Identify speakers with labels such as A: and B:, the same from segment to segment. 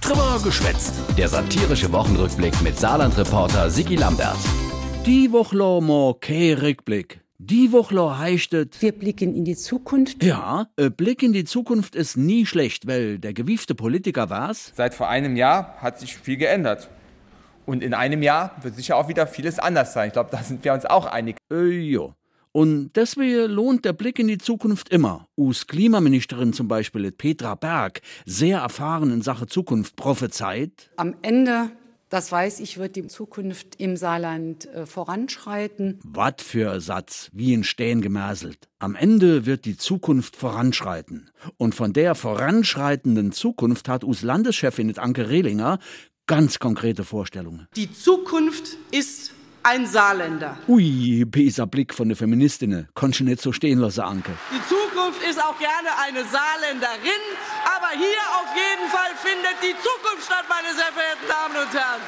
A: Trimmer geschwätzt. Der satirische Wochenrückblick mit Saarland-Reporter Sigi Lambert.
B: Die Wochler mo kei Rückblick. Die Wochler heischtet.
C: Wir blicken in die Zukunft.
B: Ja, äh, Blick in die Zukunft ist nie schlecht, weil der gewiefte Politiker war's.
D: Seit vor einem Jahr hat sich viel geändert. Und in einem Jahr wird sicher auch wieder vieles anders sein. Ich glaube, da sind wir uns auch einig.
B: Äh, jo. Und deswegen lohnt der Blick in die Zukunft immer. Us Klimaministerin zum Beispiel et Petra Berg, sehr erfahren in Sache Zukunft, prophezeit.
C: Am Ende, das weiß ich, wird die Zukunft im Saarland äh, voranschreiten.
B: Wat für ein Satz, wie in Stehen gemaselt. Am Ende wird die Zukunft voranschreiten. Und von der voranschreitenden Zukunft hat Us Landeschefin et Anke Rehlinger ganz konkrete Vorstellungen.
E: Die Zukunft ist ein Saarländer.
B: Ui, böser Blick von der Feministinne. Konntest du nicht so stehen lassen, Anke.
E: Die Zukunft ist auch gerne eine Saarländerin, aber hier auf jeden Fall findet die Zukunft statt, meine sehr verehrten Damen und Herren.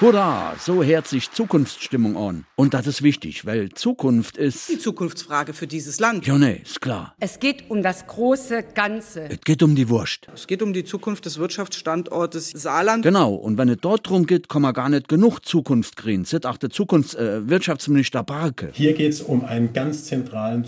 B: Hurra, so hört sich Zukunftsstimmung an. Und das ist wichtig, weil Zukunft
E: Die
B: ist...
E: Zukunftsfrage für dieses Land.
B: Ja, nee, ist klar.
C: Es geht um das große Ganze.
B: Es geht um die Wurst.
E: Es geht um die Zukunft des Wirtschaftsstandortes Saarland.
B: Genau, und wenn es dort drum geht, kann man gar nicht genug Zukunft kriegen. Sit auch der Zukunfts-, äh, Wirtschaftsminister Barke.
F: Hier geht es um einen ganz zentralen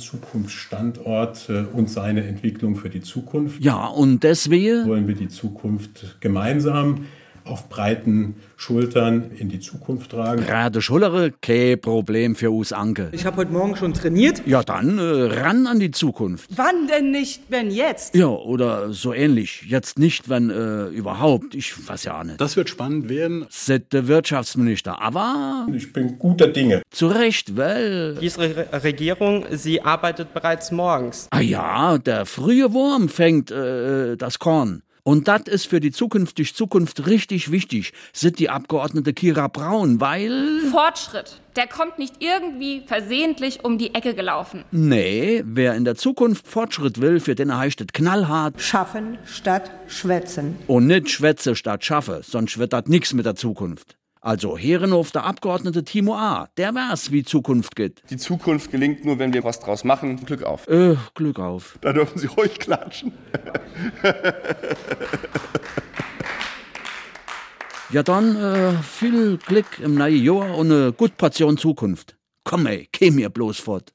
F: Zukunftsstandort äh, und seine Entwicklung für die Zukunft.
B: Ja, und deswegen...
F: Wollen wir die Zukunft gemeinsam auf breiten Schultern in die Zukunft tragen?
B: Gerade Schullere, kein Problem für uns, Anke.
E: Ich habe heute Morgen schon trainiert.
B: Ja, dann äh, ran an die Zukunft.
E: Wann denn nicht, wenn jetzt?
B: Ja, oder so ähnlich. Jetzt nicht, wenn äh, überhaupt. Ich weiß ja auch nicht.
G: Das wird spannend werden.
B: Sit der Wirtschaftsminister. Aber
F: Ich bin guter Dinge.
B: zu Recht, weil.
H: Diese Re Regierung, sie arbeitet bereits morgens.
B: Ah ja, der frühe Wurm fängt äh, das Korn. Und das ist für die zukünftige Zukunft richtig wichtig, sind die Abgeordnete Kira Braun, weil.
I: Fortschritt, der kommt nicht irgendwie versehentlich um die Ecke gelaufen.
B: Nee, wer in der Zukunft Fortschritt will, für den heißt es knallhart
J: Schaffen statt schwätzen.
B: und nicht schwätze statt schaffe, sonst wird das nix mit der Zukunft. Also Herrenhof der Abgeordnete Timo A., der wär's, wie Zukunft geht.
K: Die Zukunft gelingt nur, wenn wir was draus machen. Glück auf.
B: Äh, Glück auf.
K: Da dürfen Sie ruhig klatschen.
B: Ja, dann äh, viel Glück im neuen Jahr und eine gute Portion Zukunft. Komm, ey, geh mir bloß fort.